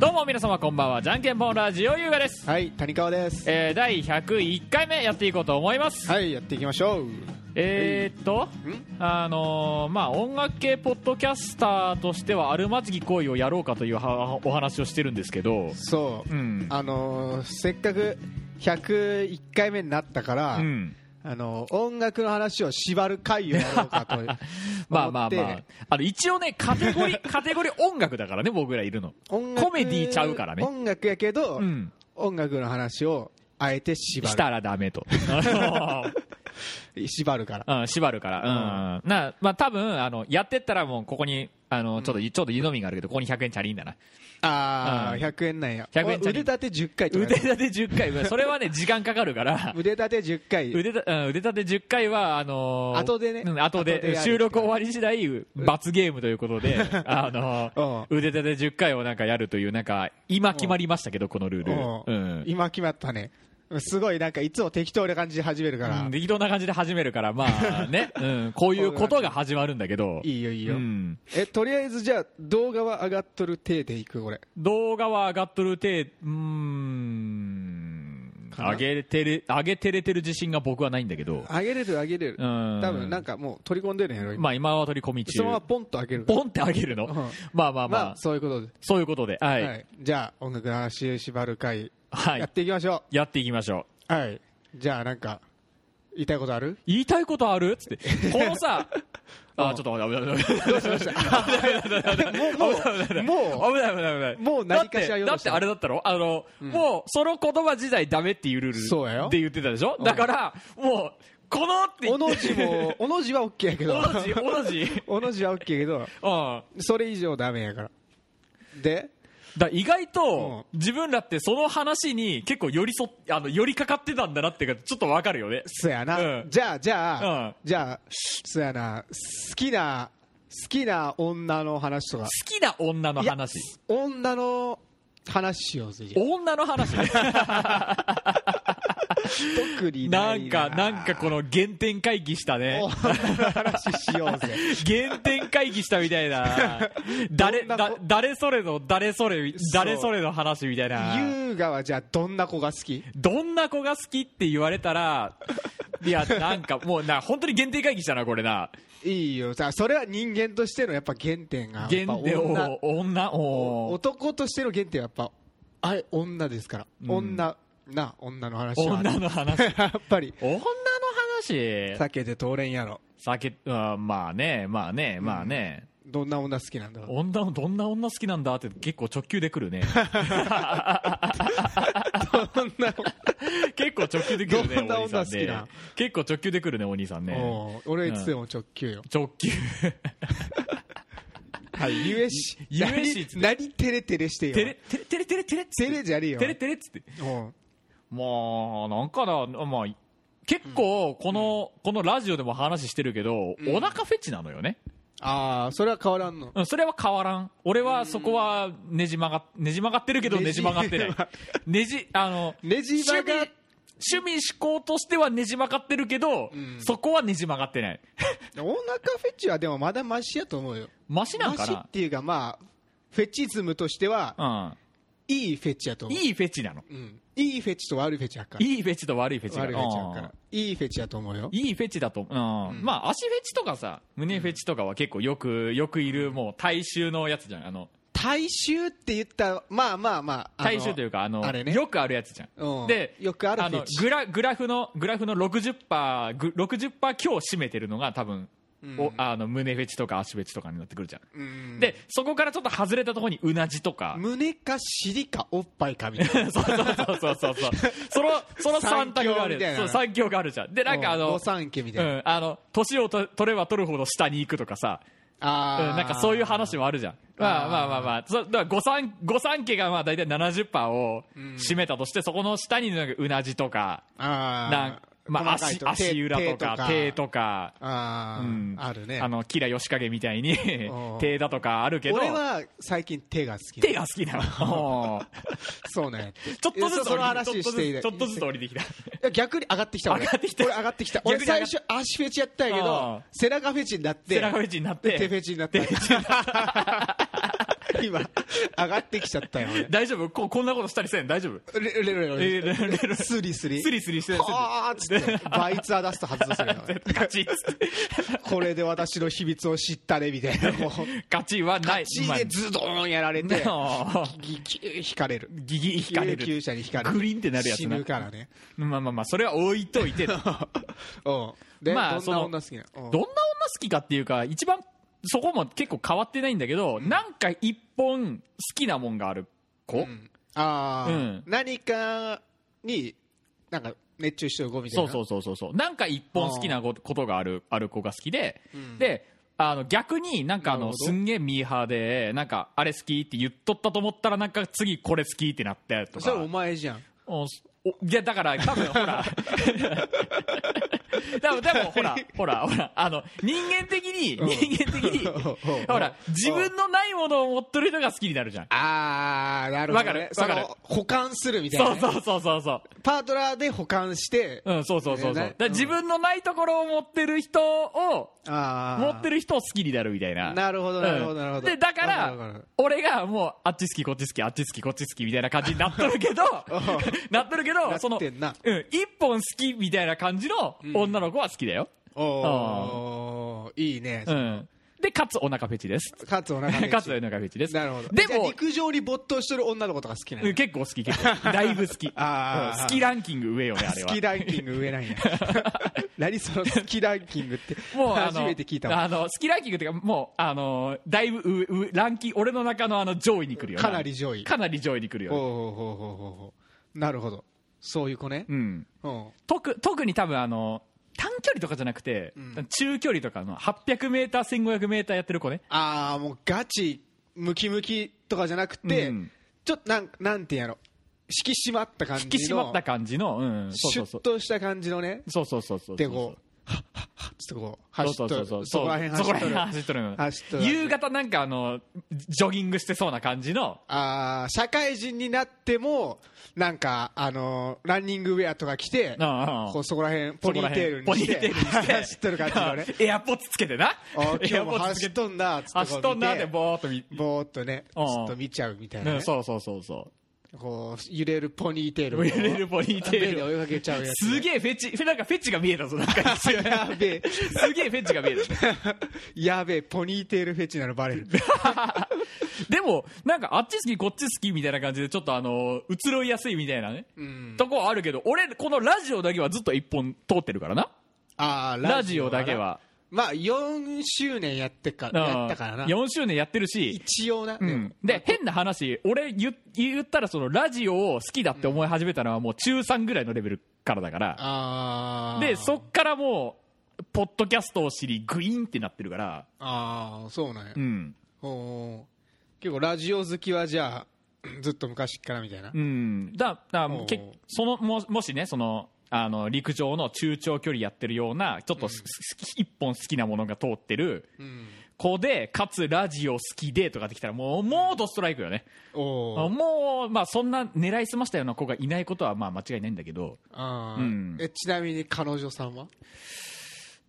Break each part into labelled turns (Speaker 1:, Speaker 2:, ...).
Speaker 1: どうも皆様こんばんはじゃんけんぽんラジオ優雅です、
Speaker 2: はい谷川です
Speaker 1: えー、第101回目やっていこうと思います、
Speaker 2: はいやっていきましょう
Speaker 1: えー、っと
Speaker 2: ん
Speaker 1: あのーまあ音楽系ポッドキャスターとしてはあるまじき行為をやろうかというはお話をしてるんですけど
Speaker 2: そう、
Speaker 1: うん
Speaker 2: あのーせっかく101回目になったから、
Speaker 1: うん
Speaker 2: あのー音楽の話を縛る回をやろうかと
Speaker 1: まあま
Speaker 2: 思
Speaker 1: あ
Speaker 2: って
Speaker 1: まああの一応ねカテゴリ ーカテゴリー音楽だからね僕らいるの
Speaker 2: 音楽
Speaker 1: コメディーちゃうからね
Speaker 2: 音楽やけど、
Speaker 1: うん
Speaker 2: 音楽の話をあえて縛
Speaker 1: し
Speaker 2: る
Speaker 1: たらダ メとあの
Speaker 2: 縛るから
Speaker 1: うん、縛るから、うんなまあ、多分あのやってったらもうここにあのちょっと、ちょっと湯飲みがあるけどここに100円チャリンだな
Speaker 2: ああ、
Speaker 1: うん
Speaker 2: 100円なんや
Speaker 1: 100円チャリ
Speaker 2: 腕立て10回とかや
Speaker 1: 腕
Speaker 2: る
Speaker 1: 立て10回まあそれはね時間かかる から
Speaker 2: 腕立て10回
Speaker 1: 腕立てうん腕立て10回はあのー
Speaker 2: 後でね
Speaker 1: うん後で
Speaker 2: 後でやる
Speaker 1: 収録終わり次第罰ゲームということで、 あのー腕立て10回をなんかやるというなんか今決まりましたけどこのルール、
Speaker 2: う
Speaker 1: うんん
Speaker 2: 今決まったねすごいなんかいつも適当な感じで始めるから、
Speaker 1: うん、適当な感じで始めるからまあ ね、うん、こういうことが始まるんだけど
Speaker 2: いいよいいよ、
Speaker 1: うん
Speaker 2: えとりあえずじゃあ動画は上がっとる体でいくこれ
Speaker 1: 動画は上がっとるてうーん
Speaker 2: かな
Speaker 1: 上げてれ上げてれてる自信が僕はないんだけど
Speaker 2: 上げれる上げれる
Speaker 1: うん
Speaker 2: 多分なんかもう取り込んでるんやろ今、
Speaker 1: まあ今は取り込み中
Speaker 2: そのままポンと上げるから
Speaker 1: ポンって上げるの、
Speaker 2: うん
Speaker 1: まあまあま
Speaker 2: ま
Speaker 1: あ、
Speaker 2: あ、そういうことで、
Speaker 1: そういうことでは、
Speaker 2: はいい
Speaker 1: はい
Speaker 2: じゃあ音楽の話縛る会、やっていきましょ
Speaker 1: やっていきましょう
Speaker 2: うはいじゃあなんか言いたいこと ある
Speaker 1: 言いたいことあるつってこのさあちょっと危ない危ない危ない
Speaker 2: どうしましたもう
Speaker 1: 危ない
Speaker 2: もうもう
Speaker 1: 危ない危ない危ない
Speaker 2: もう何かしら言
Speaker 1: だ
Speaker 2: おうと
Speaker 1: っだっ
Speaker 2: してた
Speaker 1: てあれだったろあの、もうその言葉自体ダメっていうル
Speaker 2: そう
Speaker 1: ー
Speaker 2: や
Speaker 1: ル
Speaker 2: よ
Speaker 1: って言ってたでしょだからもうこのって言
Speaker 2: お
Speaker 1: って
Speaker 2: の字 もおの字は OK やけど
Speaker 1: おのじおの じ
Speaker 2: おの字は OK やけど
Speaker 1: うん
Speaker 2: それ以上ダメやからで
Speaker 1: だから意外と自分らってその話に結構寄り添っあの寄りかかってたんだなっていうかちょっとわかるよね
Speaker 2: そやな、
Speaker 1: うん
Speaker 2: じゃあじゃあ、
Speaker 1: うん
Speaker 2: じゃあそやな好きな好きな女の話とか
Speaker 1: 好きな女の
Speaker 2: い
Speaker 1: 話
Speaker 2: や女の話しようぜじゃあ
Speaker 1: 女の話
Speaker 2: 特に
Speaker 1: な
Speaker 2: ない
Speaker 1: んかなんかこの原点回帰したね
Speaker 2: 女の話しようぜ
Speaker 1: 原点回帰したみたいな誰
Speaker 2: どんな
Speaker 1: だ
Speaker 2: こ
Speaker 1: 誰それの誰それ
Speaker 2: そう
Speaker 1: 誰それの話みたいな
Speaker 2: 優雅はじゃあどんな子が好き
Speaker 1: どんな子が好きって言われたらいやなんかもうな本当に原点回帰したなこれない
Speaker 2: いよさあそれは人間としてのやっぱ原点がや
Speaker 1: 原
Speaker 2: っぱ
Speaker 1: 点
Speaker 2: 女
Speaker 1: を女を
Speaker 2: 男としての原点はやっぱあれ女ですから、
Speaker 1: ん
Speaker 2: 女な女の話は
Speaker 1: 女の話
Speaker 2: やっぱり
Speaker 1: 女の話
Speaker 2: 避けて通れんやろ
Speaker 1: 酒あまあねまあねまあね、
Speaker 2: どんな女好きなんだろう
Speaker 1: 女のどんな女好きなんだって結構直球でくる ね
Speaker 2: どんな
Speaker 1: 結構直球でくるね
Speaker 2: どんな
Speaker 1: お兄さ
Speaker 2: 女
Speaker 1: ん
Speaker 2: 好き
Speaker 1: ね
Speaker 2: な
Speaker 1: 結構直球でくるねお兄さん ね
Speaker 2: おう俺いつでも直球よ、
Speaker 1: 直球
Speaker 2: はいゆえし
Speaker 1: ゆえしっつって
Speaker 2: 何何テレテレしてよ
Speaker 1: てれてれてれてれてれっつって
Speaker 2: テレじゃねえよ
Speaker 1: てれてれっつって
Speaker 2: おう
Speaker 1: まあなんかなまあ結構この、このラジオでも話してるけど、
Speaker 2: ん
Speaker 1: お腹フェチなのよね
Speaker 2: ああそれは変わらんの
Speaker 1: うん、それは変わらん。俺はそこはねじ曲がっ、ねじ曲がってるけどね
Speaker 2: ね
Speaker 1: じ
Speaker 2: じ
Speaker 1: 曲がってない。ねじ、あの、
Speaker 2: ねじ曲がっ
Speaker 1: 趣味、趣味思考としてはねじ曲がってるけど、
Speaker 2: ん
Speaker 1: そこはねじ曲がってない。
Speaker 2: お腹フェチはでもまだマシやと思うよ
Speaker 1: マシなん
Speaker 2: マ
Speaker 1: か
Speaker 2: シっていうかまあフェチズムとしては
Speaker 1: な、
Speaker 2: いいフェチやと
Speaker 1: うん、
Speaker 2: 思う
Speaker 1: いいフェチなの。
Speaker 2: うんいいフェチと悪いフェチやから
Speaker 1: いいフェチと悪いフェチが
Speaker 2: 悪いフェチやか
Speaker 1: う
Speaker 2: ら
Speaker 1: ん
Speaker 2: いいフェチやと思うよ
Speaker 1: いいフェチだと、うんまあ足フェチとかさ胸フェチとかは結構よくよくいるもう大衆のやつじゃんあの
Speaker 2: 大衆って言ったらまあまあまああの
Speaker 1: 大衆というかあの
Speaker 2: あれね
Speaker 1: よくあるやつじゃん、
Speaker 2: うん
Speaker 1: で
Speaker 2: よくあるフェチ
Speaker 1: のグラグラフのグラフの 60%, ぐ60強占めてるのが多分、おあの胸フェチとか足フェチとかになってくるじゃん、
Speaker 2: うん
Speaker 1: でそこからちょっと外れたところにうなじとか、
Speaker 2: 胸か尻かおっぱいかみたい な
Speaker 1: そうそうそうそうそうそのその三択があ
Speaker 2: 三強
Speaker 1: る
Speaker 2: みたいな
Speaker 1: そう三強があるじゃんでなんかあ
Speaker 2: うん
Speaker 1: の
Speaker 2: 御三家みたいな
Speaker 1: うんあの年をと取れば取るほど下に行くとかさ
Speaker 2: あ
Speaker 1: うん
Speaker 2: ー
Speaker 1: なんかそういう話もあるじゃん。まあまあまあまあ、そうだから御三御三家がまあ大体70%を占めたとして、そこの下になんかうなじとか、
Speaker 2: あー
Speaker 1: なんまあ、
Speaker 2: 細かい
Speaker 1: 足
Speaker 2: と手
Speaker 1: 足裏とか手とか、
Speaker 2: あー、
Speaker 1: うん
Speaker 2: あるね
Speaker 1: あの吉良義景みたいに
Speaker 2: おう
Speaker 1: 手だとかあるけど、
Speaker 2: 俺は最近手が好き
Speaker 1: 手が好きな の。
Speaker 2: そうね
Speaker 1: ちょっとずつ
Speaker 2: その
Speaker 1: 降りて
Speaker 2: 話してい
Speaker 1: ちょっとずつちょっとずつ降りてきた。
Speaker 2: いや逆に上がってきた俺
Speaker 1: 上がってきた
Speaker 2: 俺上がってきた
Speaker 1: 逆に
Speaker 2: 俺
Speaker 1: 上がっ
Speaker 2: 最初足フェチやったんやけ
Speaker 1: あ
Speaker 2: ど
Speaker 1: ー
Speaker 2: 背中フェチになって
Speaker 1: 背中フェチになって
Speaker 2: 手フェチになった
Speaker 1: 手フェチになった
Speaker 2: 今上がってきちゃったよ俺
Speaker 1: 大丈夫ここんなことしたりせん大丈夫
Speaker 2: レレロ
Speaker 1: えーレロレロ
Speaker 2: スリスリ
Speaker 1: スリスリして
Speaker 2: はーっつってバイツは出すと発動 するよ俺
Speaker 1: 勝ち
Speaker 2: これで私の秘密を知ったねみたいなもう
Speaker 1: 勝ちはない
Speaker 2: 勝ちでズドーンやられ て
Speaker 1: うまい
Speaker 2: ギキュー引かれる
Speaker 1: ギギ引かれる
Speaker 2: 救急車に引かれる
Speaker 1: グリーンってなるやつ
Speaker 2: 死
Speaker 1: な
Speaker 2: ぬからね
Speaker 1: まあまあまあそれは置いとい てどんな
Speaker 2: うんで、
Speaker 1: まあ
Speaker 2: どんな女好きなのうん
Speaker 1: 女好きかっていうか一番そこも結構変わってないんだけど、なんか一本好きなもんがある子、
Speaker 2: うんあ
Speaker 1: う
Speaker 2: あ、
Speaker 1: ん
Speaker 2: 何かになんか熱中してる子みたい
Speaker 1: そう
Speaker 2: な
Speaker 1: そうそうそうそうなんか一本好きなことがあるある子が好きで、
Speaker 2: ん
Speaker 1: であの逆になんかあの
Speaker 2: なるほど
Speaker 1: すんげえミーハーでなんかあれ好きって言っとったと思ったらなんか次これ好きってなってとか
Speaker 2: それお前じゃん
Speaker 1: おすおいやだから多分ほら でもでもほらほらほらあの人間的に
Speaker 2: ん
Speaker 1: 人間的に
Speaker 2: うん
Speaker 1: ほら自分のないものを持ってる人が好きになるじゃん
Speaker 2: ああなるほど、ね、
Speaker 1: わかるわかる
Speaker 2: その保管するみたいな
Speaker 1: そ
Speaker 2: ね、
Speaker 1: うそうそうそうそう
Speaker 2: パートナーで保管して、
Speaker 1: うんそうそうそうそうだ
Speaker 2: ね
Speaker 1: から
Speaker 2: うん
Speaker 1: 自分のないところを持ってる人を
Speaker 2: ああ
Speaker 1: 持ってる人を好きになるみたいな
Speaker 2: なるほどなるほどなるほど
Speaker 1: でだか
Speaker 2: わかるわかる
Speaker 1: ら俺がもうあっち好きこっち好きあっち好きこっち好きみたいな感じになっとる けど なっとるけ
Speaker 2: な
Speaker 1: ど
Speaker 2: っ
Speaker 1: その、う、
Speaker 2: てんなん
Speaker 1: 一本好きみたいな感じの女の子は好きだよ、
Speaker 2: おーいいね、
Speaker 1: うん、でかつお腹フェチです
Speaker 2: かつお腹
Speaker 1: かつお腹フェチです
Speaker 2: なるほど
Speaker 1: で
Speaker 2: じゃあ
Speaker 1: も
Speaker 2: 陸上に没頭してる女の子とか好きなの、
Speaker 1: うん結構好き結構だいぶ好 き
Speaker 2: あ
Speaker 1: う
Speaker 2: ー
Speaker 1: ん好きランキング上よねあれは
Speaker 2: 好きランキング上なんや 何その好きランキングって
Speaker 1: もうあ
Speaker 2: 初
Speaker 1: の
Speaker 2: めて聞いたわ
Speaker 1: あの好きランキングっていうかもうあのだいぶううランキング俺の中のあの上位に来るよね
Speaker 2: かなり上位
Speaker 1: かなり上位に来るよ
Speaker 2: ほう
Speaker 1: ね
Speaker 2: ほうほうほうほうほうなるほどそういう子ね
Speaker 1: うん
Speaker 2: うん
Speaker 1: 特特に多分あの短距離とかじゃなくて、
Speaker 2: うん
Speaker 1: 中距離とかの 800m1500m やってる子ね
Speaker 2: ああもうガチムキムキとかじゃなくて、
Speaker 1: うん
Speaker 2: ちょっとなんなんていうんやろ引き締まった感じの
Speaker 1: 引き締まった感じの、うん、そう
Speaker 2: シ
Speaker 1: そ
Speaker 2: ュ
Speaker 1: うそ
Speaker 2: ッ
Speaker 1: う
Speaker 2: とした感じのね
Speaker 1: そうそうそうそう
Speaker 2: でこうはっはっはっつってこう走
Speaker 1: そ
Speaker 2: っ
Speaker 1: う
Speaker 2: と
Speaker 1: そ
Speaker 2: る
Speaker 1: うそう
Speaker 2: そこら辺
Speaker 1: そこ
Speaker 2: 走
Speaker 1: ら
Speaker 2: っと
Speaker 1: 辺
Speaker 2: る
Speaker 1: 走っとるの
Speaker 2: 走っとる
Speaker 1: 夕方なんかあのジョギングしてそうな感じの
Speaker 2: あー社会人になってもなんかあのーランニングウェアとか着て
Speaker 1: うんうん
Speaker 2: こうそこら辺ポニーテールにし
Speaker 1: ポ
Speaker 2: て
Speaker 1: ニーテールにして
Speaker 2: 走っとる感じのね
Speaker 1: エアポッツつけてな
Speaker 2: あー
Speaker 1: エ
Speaker 2: 今
Speaker 1: アポ
Speaker 2: 日も
Speaker 1: ッツつ
Speaker 2: 走
Speaker 1: け
Speaker 2: ってとんなっつってこう見て
Speaker 1: 走っとんなってぼーっと見
Speaker 2: ぼーっとねち
Speaker 1: うん
Speaker 2: ょっと見ちゃうみたいな、
Speaker 1: う
Speaker 2: ね
Speaker 1: んそうそうそうそう
Speaker 2: こう揺れるポニーテールを
Speaker 1: 揺れるポニーテール
Speaker 2: 目で追いかけちゃうやつね、
Speaker 1: すげえフェチ フェなんかフェチが見えたぞなんか
Speaker 2: やべえ
Speaker 1: すげえフェチが見えた
Speaker 2: やべえポニーテールフェチなのバレる
Speaker 1: でもなんかあっち好きこっち好きみたいな感じでちょっとあの移ろいやすいみたいなね、
Speaker 2: ん
Speaker 1: とこはあるけど俺このラジオだけはずっと一本通ってるからな
Speaker 2: ああ
Speaker 1: ラジオだけは
Speaker 2: まあ4周年やってかやったからな
Speaker 1: 4周年やってるし、
Speaker 2: 一応な、
Speaker 1: う
Speaker 2: でも
Speaker 1: ん、で変な話俺言言ったらそのラジオを好きだって思い始めたのはもう中3ぐらいのレベルからだから
Speaker 2: ああ
Speaker 1: でそっからもうポッドキャストを知りグイーンってなってるから
Speaker 2: ああそうなんや、
Speaker 1: うん
Speaker 2: ほう結構ラジオ好きはじゃあずっと昔っからみたいな、
Speaker 1: うん、だだ
Speaker 2: おう
Speaker 1: けそのももしねそのあの陸上の中長距離やってるようなちょっとす、す一本好きなものが通ってる
Speaker 2: うん
Speaker 1: 子でかつラジオ好きでとかできたらもうもうドストライクよね、
Speaker 2: おお
Speaker 1: もう、まあ、そんな狙いすましたような子がいないことはまあ間違いないんだけど
Speaker 2: あー、
Speaker 1: うん
Speaker 2: えちなみに彼女さんは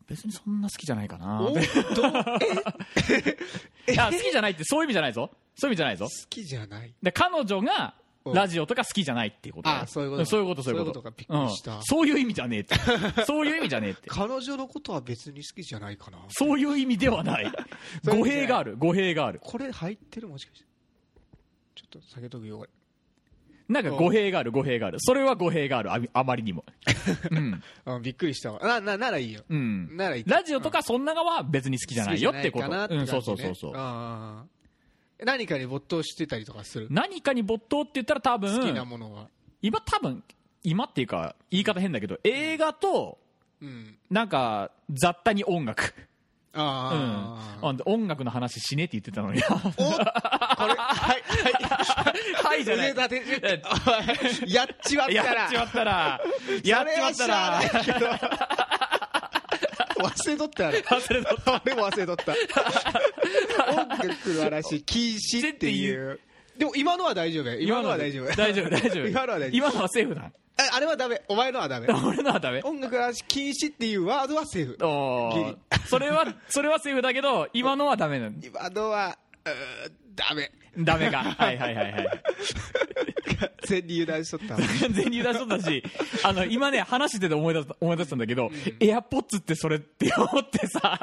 Speaker 1: 別にそんな好きじゃないかな
Speaker 2: おどう
Speaker 1: い
Speaker 2: 好
Speaker 1: や好きじゃ ないってそういう意味じゃないぞそういう意味じゃないぞ
Speaker 2: きじゃない
Speaker 1: で彼女が
Speaker 2: うん
Speaker 1: ラジオとか好きじゃないっていうことだよ
Speaker 2: あそういうこと
Speaker 1: そういうことそういうこ
Speaker 2: そう
Speaker 1: と
Speaker 2: いうことかびっくりした
Speaker 1: うんそういう意味じゃね えってそういう意味じゃねえって
Speaker 2: 彼女のことは別に好きじゃないかな
Speaker 1: そういう意味ではない。
Speaker 2: そういう
Speaker 1: 語
Speaker 2: 意味じゃない
Speaker 1: 弊がある、語弊がある。
Speaker 2: これ入ってるもしかしてちょっと下げとくよこれ
Speaker 1: なんか語弊がある、語弊がある。それは語弊がある、あみあまり にも。うん。
Speaker 2: あびっくりしたわななならいいよ
Speaker 1: うん。
Speaker 2: ならいい
Speaker 1: ラジオとかそんなのは別に好きじゃないよってこと。
Speaker 2: 好きじゃないか
Speaker 1: う
Speaker 2: なっ
Speaker 1: ん、
Speaker 2: て
Speaker 1: そ
Speaker 2: 感
Speaker 1: う
Speaker 2: じ
Speaker 1: そ
Speaker 2: ね
Speaker 1: うそうそう。
Speaker 2: あー何かに没頭してたりとかする
Speaker 1: 何かに没頭って言ったら多
Speaker 2: 好きな
Speaker 1: 分、
Speaker 2: ものは
Speaker 1: 今多分、今っていうか、言い方変だけど、映画と、
Speaker 2: うん
Speaker 1: なんか、雑多に音楽。うん。
Speaker 2: ああ、
Speaker 1: あ音楽の話しねって言ってた のに。
Speaker 2: おあれはい
Speaker 1: はいじゃない。
Speaker 2: 腕立ておいやっちまったら
Speaker 1: やっちまったら、やっちまったら、
Speaker 2: そ れはしゃあないけど忘れとったやろ
Speaker 1: 忘れとった。
Speaker 2: 俺も忘れとった音楽の話禁止っていうでも今のは大丈夫や今のは大丈夫
Speaker 1: 大丈夫、大丈夫。
Speaker 2: 今のは大丈夫
Speaker 1: 今のはセーフだ。
Speaker 2: ああれはダメお前のはダメ
Speaker 1: 俺のはダメ。
Speaker 2: 音楽の話禁止っていうワードはセーフ
Speaker 1: おー
Speaker 2: ギリ
Speaker 1: それは、それはセーフだけど、今のはダメなの。
Speaker 2: 今のはうーダメ
Speaker 1: ダメ か。はいはいはいはい。
Speaker 2: 完全に油断しとった
Speaker 1: 完全に油断しとったし、あの、今ね、話してて思い出した、思い出したんだけど、エアポッツってそれって思ってさ、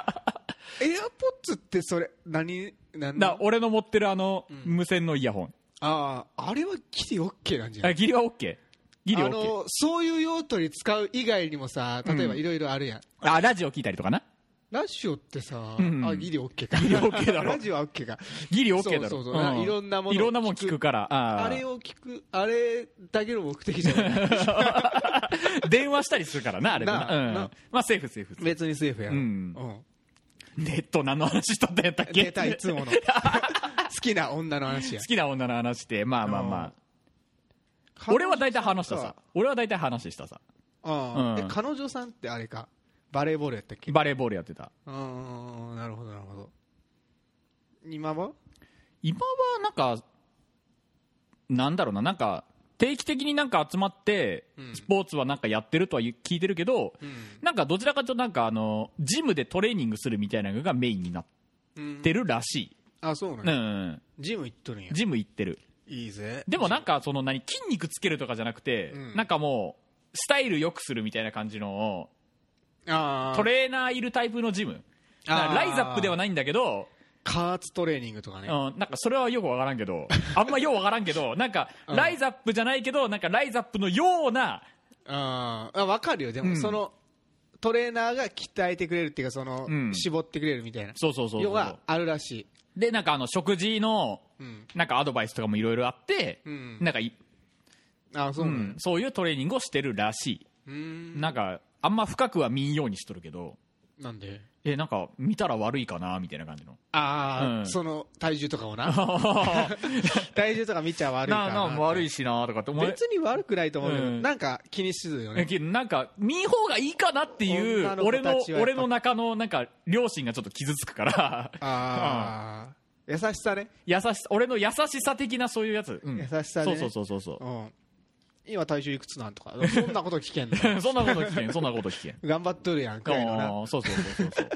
Speaker 2: エアポッツってそれ何何
Speaker 1: だ俺の持ってるあの、無線のイヤホン。
Speaker 2: あああれはギリオッケーなんじゃな
Speaker 1: あ
Speaker 2: い
Speaker 1: ギリは OK? ギリ
Speaker 2: あ
Speaker 1: OK。
Speaker 2: のそういう用途に使う以外にもさ例えばいろいろあるやん、
Speaker 1: あ、ラジオ聞いたりとかな。
Speaker 2: ラジオってさ、
Speaker 1: ん
Speaker 2: あギリオッケーか
Speaker 1: ギリオッケーだろ
Speaker 2: ラジオはオッケーか
Speaker 1: ギリ OK だろ。
Speaker 2: そうそうそういろんなものを
Speaker 1: いろんなもん聞くから。あ
Speaker 2: あ
Speaker 1: ー
Speaker 2: れを聞くあれだけの目的じゃ ない
Speaker 1: 電話したりするからな、あれもな
Speaker 2: なあ
Speaker 1: うん
Speaker 2: なあ
Speaker 1: まあ、セーフ、セーフ。
Speaker 2: 別にセーフやろ、
Speaker 1: う
Speaker 2: うんん
Speaker 1: ネット何の話しとったんやったっけ
Speaker 2: 出たい つもの好きな女の話や
Speaker 1: 好きな女の話って、まあまあまあ。
Speaker 2: 彼
Speaker 1: 俺は
Speaker 2: 女さん
Speaker 1: 大体話したさ
Speaker 2: か。
Speaker 1: 俺は大体話したさ。
Speaker 2: ああ
Speaker 1: うん
Speaker 2: え彼女さんってあれかバレーボールやったっけ
Speaker 1: バレーボールやってた。
Speaker 2: うんなるほどなるほど今は
Speaker 1: 今はなんかなんだろうななんか定期的になんか集まって
Speaker 2: うん
Speaker 1: スポーツはなんかやってるとは言う聞いてるけど、
Speaker 2: うん
Speaker 1: なんかどちらかというとなんかあのジムでトレーニングするみたいなのがメインになっ
Speaker 2: うん
Speaker 1: てるらし、
Speaker 2: あそうないん
Speaker 1: うん
Speaker 2: や
Speaker 1: うん
Speaker 2: ジム行っとるんや
Speaker 1: ジム行ってる
Speaker 2: いいぜ
Speaker 1: でもなんかその何筋肉つけるとかじゃなくて、
Speaker 2: うん
Speaker 1: なんかもうスタイル良くするみたいな感じの
Speaker 2: あ
Speaker 1: ト
Speaker 2: トレ
Speaker 1: レーナーいるタイプのジム
Speaker 2: あー
Speaker 1: だからライザップではないんだけど
Speaker 2: 加圧トレーニングとかね
Speaker 1: うん、なんかそれはよくわからんけど、 あんまようわからんけど、なんか、
Speaker 2: うん
Speaker 1: ライザップじゃないけど、なんかライザップのような、
Speaker 2: あーあ分かるよで
Speaker 1: うん
Speaker 2: もそのトレーナーが鍛えてくれるっていうかその
Speaker 1: うん
Speaker 2: 絞ってくれるみたいな
Speaker 1: そうそうそうそ
Speaker 2: 要は
Speaker 1: う。
Speaker 2: あるらし
Speaker 1: で、なんかあの、食事の、
Speaker 2: いうん
Speaker 1: なんかアドバイスとかもいろいろあって、
Speaker 2: うん
Speaker 1: なんかい、
Speaker 2: あそう
Speaker 1: う
Speaker 2: なんんや
Speaker 1: そういうトレーニングをしてるらし
Speaker 2: う
Speaker 1: い。
Speaker 2: ん
Speaker 1: なんか、あんま深くは見んようにしとるけど、
Speaker 2: なんで
Speaker 1: え、なんか、見たら悪いかな、みたいな感じの。
Speaker 2: あ
Speaker 1: うん
Speaker 2: あその体重とかもな体重とか見ちゃ悪いか
Speaker 1: なな
Speaker 2: ら
Speaker 1: 悪いしな、とかって思え
Speaker 2: 別に悪くないと思うけど、
Speaker 1: うん
Speaker 2: なんか気にしずよ
Speaker 1: え
Speaker 2: ね
Speaker 1: けどなんか、見ん方がいいかなっていう
Speaker 2: 女、の子
Speaker 1: 俺の
Speaker 2: たち、はやっぱ
Speaker 1: 俺の中の、なんか、両親がちょっと傷つくから、
Speaker 2: ああ優しさね、
Speaker 1: 優しさ俺の優しさ的なそういうやつ、うん
Speaker 2: 優しさね
Speaker 1: そうそうそうそう
Speaker 2: うん、今体重いくつなんとかそんなこと聞けん の
Speaker 1: そうそんなこと聞けんそんなこと聞けん
Speaker 2: 頑張っとるやんくらいのな
Speaker 1: あーそうそう そうそう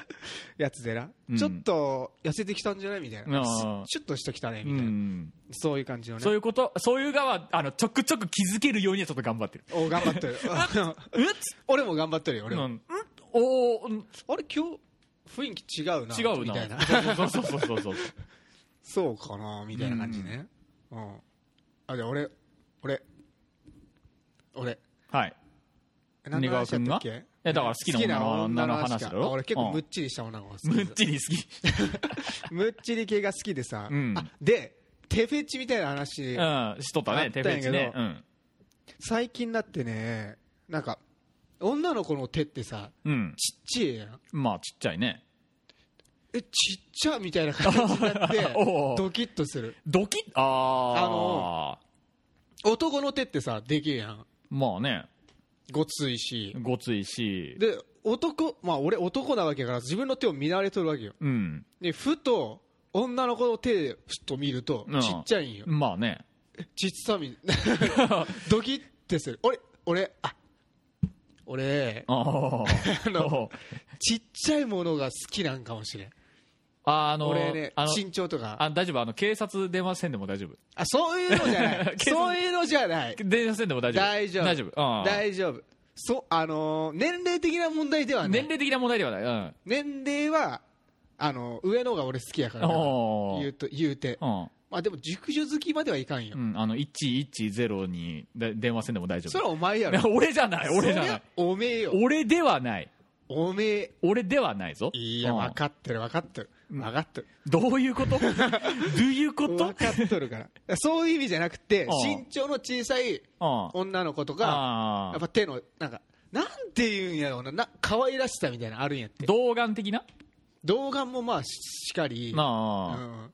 Speaker 2: やつでな、
Speaker 1: うん
Speaker 2: ちょっと痩せてきたんじゃないみたいな
Speaker 1: あー
Speaker 2: シュッとしてきたね
Speaker 1: う
Speaker 2: みたいな、
Speaker 1: ん
Speaker 2: そういう感じの
Speaker 1: そう
Speaker 2: ね
Speaker 1: いうことそういう側あのちょくちょく気づけるようにはちょっと頑張ってる
Speaker 2: お頑張っと る
Speaker 1: う っ
Speaker 2: 俺も頑張っとるよ
Speaker 1: う
Speaker 2: 俺
Speaker 1: ん
Speaker 2: も、
Speaker 1: うんおーうん
Speaker 2: あれ今日雰囲気違うな
Speaker 1: 違う
Speaker 2: みたいな
Speaker 1: なそうそうそうそうそう
Speaker 2: そうかなみたいな感じね、うんあじゃあ俺俺俺
Speaker 1: はい
Speaker 2: 何の話やった
Speaker 1: 根川
Speaker 2: っけ
Speaker 1: 君がえだから好きな女の女の話だろ
Speaker 2: あ俺結
Speaker 1: う
Speaker 2: 構
Speaker 1: ん
Speaker 2: むっちりした女の子が好き
Speaker 1: む
Speaker 2: で
Speaker 1: っちり好き
Speaker 2: むっちり系が好きでさ、
Speaker 1: うん
Speaker 2: あで手フェチみたいな話、
Speaker 1: うんしとった
Speaker 2: あ
Speaker 1: ね
Speaker 2: った
Speaker 1: 手
Speaker 2: んや
Speaker 1: ペ
Speaker 2: けど
Speaker 1: チねうん
Speaker 2: 最近だってねなんか女の子の手ってさ
Speaker 1: うん
Speaker 2: ちっちゃいやん
Speaker 1: まあちっちゃいね
Speaker 2: えちっちゃみたいな感じになって
Speaker 1: おう
Speaker 2: ドキッとする
Speaker 1: ドキッああ
Speaker 2: 男の手ってさできるやん
Speaker 1: まあね
Speaker 2: ごついし
Speaker 1: ごついし
Speaker 2: で男まあ俺男なわけやから自分の手を見慣れとるわけよ
Speaker 1: うん
Speaker 2: でふと女の子の手でふっと見ると
Speaker 1: うん
Speaker 2: ちっちゃいんよ
Speaker 1: まあね
Speaker 2: ちっさみ ドキってする俺俺あ俺
Speaker 1: あー
Speaker 2: あのちっちゃいものが好きなんかもしれん
Speaker 1: あの
Speaker 2: 俺ね
Speaker 1: あの
Speaker 2: 身長とか
Speaker 1: あ大丈夫あの警察電話せんでも大丈夫
Speaker 2: あそういうのじ ゃない
Speaker 1: 警察
Speaker 2: そういうのじゃない
Speaker 1: 電話せんでも大丈夫
Speaker 2: 大丈夫
Speaker 1: 大丈夫、うん
Speaker 2: 大丈夫そうあのー年齢的な問題ではな
Speaker 1: 年
Speaker 2: い
Speaker 1: 齢的な問題ではない、うん
Speaker 2: 年齢はあの上のが俺好きやからな
Speaker 1: おー
Speaker 2: 言うと言うて
Speaker 1: うん
Speaker 2: まあでも熟女好きまではいかんよ
Speaker 1: うん、あの110にで電話せんでも大丈
Speaker 2: そ
Speaker 1: 夫
Speaker 2: れはお前やろ
Speaker 1: いや俺じゃない 俺じゃ
Speaker 2: そり
Speaker 1: な
Speaker 2: ゃ
Speaker 1: い
Speaker 2: おめえよ
Speaker 1: 俺ではない
Speaker 2: おめえ
Speaker 1: 俺ではないぞ
Speaker 2: いや
Speaker 1: うん
Speaker 2: 分かってる分かってる分かってる
Speaker 1: どういうこと どういうこ
Speaker 2: 分
Speaker 1: と
Speaker 2: かっとるからそういう意味じゃなくて
Speaker 1: ああ
Speaker 2: 身長の小さい
Speaker 1: うん
Speaker 2: 女の子とか
Speaker 1: あ
Speaker 2: やっ
Speaker 1: ー
Speaker 2: ぱ手のなんかなんていうんやろうなな可愛らしさみたいなのあるんやって
Speaker 1: 童顔的な
Speaker 2: 動画もまあししかりうん
Speaker 1: あ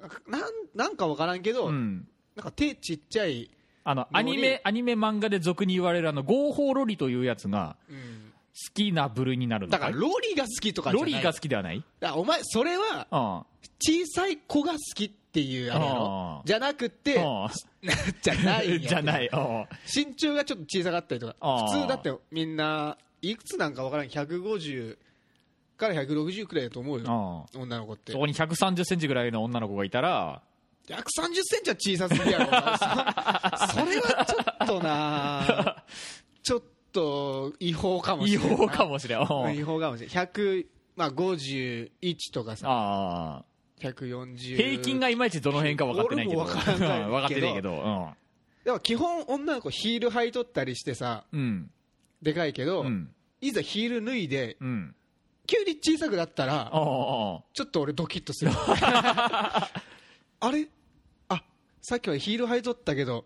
Speaker 2: なんかなんなんか分からんけ
Speaker 1: ー
Speaker 2: ど
Speaker 1: う
Speaker 2: なん
Speaker 1: ん
Speaker 2: か手ちっちゃい
Speaker 1: あのアニメアニメ漫画で俗に言われるあの合法ロリというやつが
Speaker 2: うん
Speaker 1: 好きな部類になるの
Speaker 2: だ
Speaker 1: か
Speaker 2: から
Speaker 1: い
Speaker 2: ロリが好きとかじゃ
Speaker 1: ロ
Speaker 2: ない
Speaker 1: リーが好きではない
Speaker 2: だからお前それは
Speaker 1: あ
Speaker 2: 小さい子が好きっていうあれや
Speaker 1: あ
Speaker 2: ろ
Speaker 1: あ
Speaker 2: じゃなくて
Speaker 1: あ
Speaker 2: じゃないんやけど
Speaker 1: じゃないああ
Speaker 2: 身長がちょっと小さかったりとか
Speaker 1: あー
Speaker 2: 普通だってみんないくつなんかわからん150から160くらいだと思うよ、
Speaker 1: ああ
Speaker 2: 女の子って
Speaker 1: そ。こに1 3 0ンチぐらいの女の子がいたら
Speaker 2: 130センチは小さすぎやろ、 そそれはちょっとな、ちょっと違法かもし
Speaker 1: 違
Speaker 2: れない。
Speaker 1: 法かもしれん
Speaker 2: うん
Speaker 1: うん
Speaker 2: 違法かもしれない。100、まあ51とかさ、
Speaker 1: ああ
Speaker 2: 140。
Speaker 1: 平均がいまいちどの辺か分かってないけど
Speaker 2: 俺も分からないけど
Speaker 1: うん分かってないけど
Speaker 2: でも基本女の子ヒール履いとったりしてさ、
Speaker 1: うんうん
Speaker 2: でかいけど、
Speaker 1: うん
Speaker 2: いざヒール脱いで、
Speaker 1: うん
Speaker 2: 急に小さくなったら、
Speaker 1: ああ
Speaker 2: ちょっと俺ドキッと するあれあさっきはヒール履いとったけど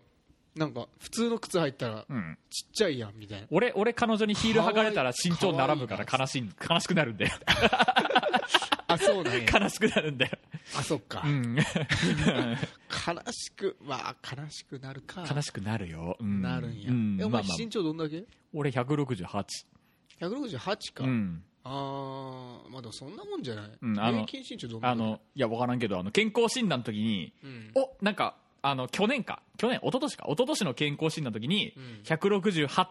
Speaker 2: なんか普通の靴履いたら
Speaker 1: うん
Speaker 2: ちっちゃいやんみたいな
Speaker 1: 俺俺彼女にヒール剥がれたら身長並ぶから
Speaker 2: か
Speaker 1: 悲しい悲しくなるんだよ
Speaker 2: あそう なんや
Speaker 1: 悲しくなるんだよ
Speaker 2: あそっか、
Speaker 1: うん
Speaker 2: 悲しくまあ悲しくなるか
Speaker 1: 悲しくなるようん
Speaker 2: なるんや、
Speaker 1: うん
Speaker 2: えお
Speaker 1: ま
Speaker 2: 前
Speaker 1: あまあ
Speaker 2: 身長どんだけ
Speaker 1: 俺168
Speaker 2: ?168 か、
Speaker 1: うん
Speaker 2: ああまあでもそんなもんじゃない、
Speaker 1: うんあの
Speaker 2: 平均身長どんだ
Speaker 1: あ
Speaker 2: け
Speaker 1: のいや分からんけどあの健康診断の時に
Speaker 2: うん、
Speaker 1: おなんかあの去年か去年一昨年か一昨年の健康診断の時に
Speaker 2: うん
Speaker 1: 168.8っ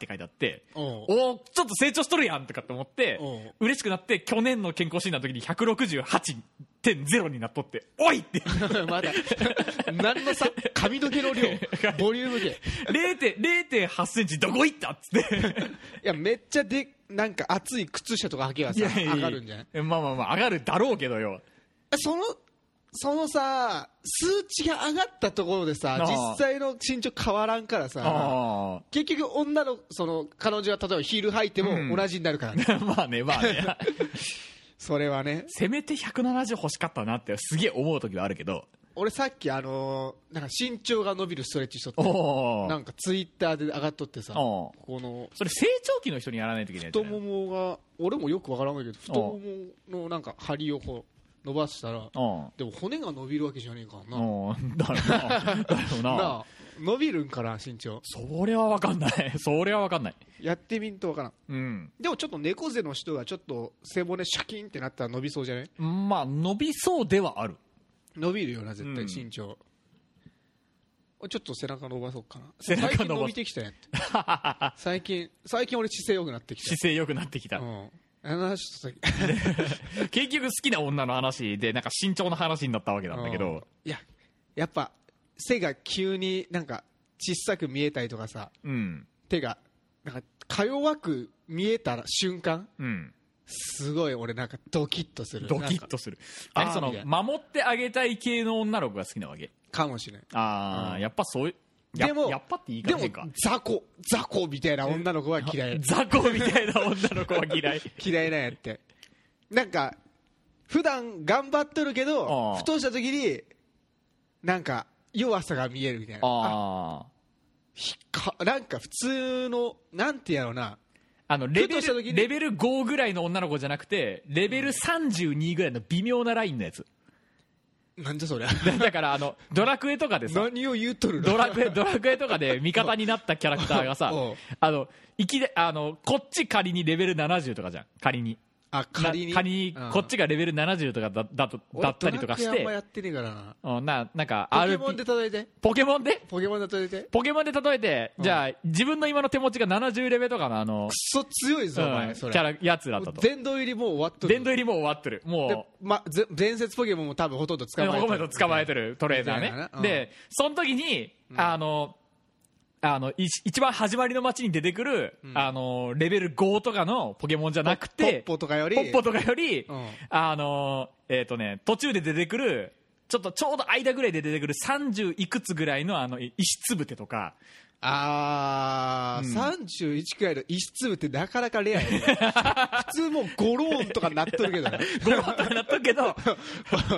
Speaker 1: て書いてあって
Speaker 2: おう
Speaker 1: おーちょっと成長しとるやんとかって思って
Speaker 2: おう
Speaker 1: 嬉しくなって去年の健康診断の時に168.0になっとっておいって
Speaker 2: まだ何のさ髪の毛 の量ボリュームで
Speaker 1: 0.8センチどこ行ったっつって
Speaker 2: いやめっちゃでなんか熱い靴下とか履けばさ 上がるんじゃない
Speaker 1: まあまあまあ上がるだろうけどよ
Speaker 2: そのそのさ数値が上がったところでさ
Speaker 1: ああ
Speaker 2: 実際の身長変わらんからさ
Speaker 1: あ
Speaker 2: 結局女のその彼女は例えばヒール履いて
Speaker 1: うん
Speaker 2: も同じになるから、 ね
Speaker 1: あ まあねまあね
Speaker 2: それはね
Speaker 1: せめて170欲しかったなってすげえ思う時はあるけど
Speaker 2: 俺さっきあのーなんか身長が伸びるストレッチしとっ
Speaker 1: お
Speaker 2: て
Speaker 1: お
Speaker 2: なんかツイッターで上がっとってさ
Speaker 1: お
Speaker 2: こ
Speaker 1: う
Speaker 2: の
Speaker 1: それ成長期の人にやらないといけないやつじ
Speaker 2: 太
Speaker 1: ゃない
Speaker 2: ももが俺もよくわからんけど太もものなんか張りをこう伸ばしたらでも骨が伸びるわけじゃねえからなな
Speaker 1: うんうんだろうなだろうな
Speaker 2: あ伸びるんかな身長
Speaker 1: それは分かんないそれは分かんない
Speaker 2: やってみんとわからん
Speaker 1: うん
Speaker 2: でもちょっと猫背の人がちょっと背骨シャキンってなったら伸びそうじゃない
Speaker 1: まあ伸びそうではある
Speaker 2: 伸びるよな絶対
Speaker 1: うん
Speaker 2: 身長、ちょっと背中伸ばそうかな
Speaker 1: 背中伸ばす
Speaker 2: 最近伸びてきた やんって最近最近俺姿勢良くなってきた
Speaker 1: 姿勢良くなってきた、
Speaker 2: うんあの話ちょっと先
Speaker 1: 結局好きな女の話でなんか身長の話になったわけなんだけど
Speaker 2: うんいややっぱ背が急になんか小さく見えたりとかさ
Speaker 1: うん
Speaker 2: 手がなんかか弱く見えたら瞬間
Speaker 1: うん
Speaker 2: すごい俺なんかドキッとする
Speaker 1: ドキ
Speaker 2: なん
Speaker 1: ッ
Speaker 2: か
Speaker 1: とする
Speaker 2: なん
Speaker 1: あ
Speaker 2: か
Speaker 1: その
Speaker 2: 何それ
Speaker 1: 守ってあげたい系の女の子が好きなわけ
Speaker 2: かもしれない
Speaker 1: ああ、
Speaker 2: うん
Speaker 1: やっぱそういうや
Speaker 2: でも
Speaker 1: やっぱって言い
Speaker 2: で
Speaker 1: 方
Speaker 2: も
Speaker 1: 変 か
Speaker 2: 雑魚雑魚みたいな女の子は嫌い
Speaker 1: 雑魚みたいな女の子は嫌い
Speaker 2: 嫌いなんやってなんか普段頑張っとるけ
Speaker 1: あ
Speaker 2: ど
Speaker 1: あ
Speaker 2: ふとした時になんか弱さが見えるみたいな
Speaker 1: ああ
Speaker 2: ひかなんか普通のなんてやろうな
Speaker 1: あのレベ
Speaker 2: ふとした時
Speaker 1: ル
Speaker 2: に
Speaker 1: レベル5ぐらいの女の子じゃなくてレベル32ぐらいの微妙なラインのや つ
Speaker 2: なんじゃそ りゃ
Speaker 1: だからあのドラクエとかでさ
Speaker 2: 何を言うとるの
Speaker 1: ドラクエドラクエとかで味方になったキャラクターがさ
Speaker 2: おう
Speaker 1: あのいきであのこっち仮にレベル70とかじゃん仮に
Speaker 2: あ
Speaker 1: な
Speaker 2: 仮にうん
Speaker 1: こっちがレベル70とかだだとだったりとかし
Speaker 2: 俺ドラクエあんま
Speaker 1: て
Speaker 2: やってねえからな
Speaker 1: うんななんか
Speaker 2: ポケモンで
Speaker 1: RP
Speaker 2: 例えて
Speaker 1: ポケモンで
Speaker 2: ポケモンで例えてク
Speaker 1: ポケモンで例えてじゃあ自分の今の手持ちが70レベルとかのあの
Speaker 2: ソ強いぞお
Speaker 1: うんキ
Speaker 2: 前それ
Speaker 1: ャラやつだったと
Speaker 2: 殿堂入りもう終わっとる
Speaker 1: 殿堂入りもう終わってるも
Speaker 2: で
Speaker 1: う
Speaker 2: まぜ伝説ポケモンも多分ほとんど捕まえ
Speaker 1: ホ
Speaker 2: と
Speaker 1: コメ
Speaker 2: る
Speaker 1: と捕まえてるトレーナー
Speaker 2: みたいな
Speaker 1: ね
Speaker 2: な、うん
Speaker 1: でその時に、あのあのい一番始まりの街に出てくる、あのレベル5とかのポケモンじゃなくて
Speaker 2: ポッポとかより
Speaker 1: ポッポとかより、
Speaker 2: うん
Speaker 1: あのえっ、とね途中で出てくるちょっとちょうど間ぐらいで出てくる30いくつぐらいのあの石つぶてとか
Speaker 2: あー、31くらいの石粒ってなかなかレ アやね普通もうゴローンとかなっとるけどね
Speaker 1: ゴロッとなったけど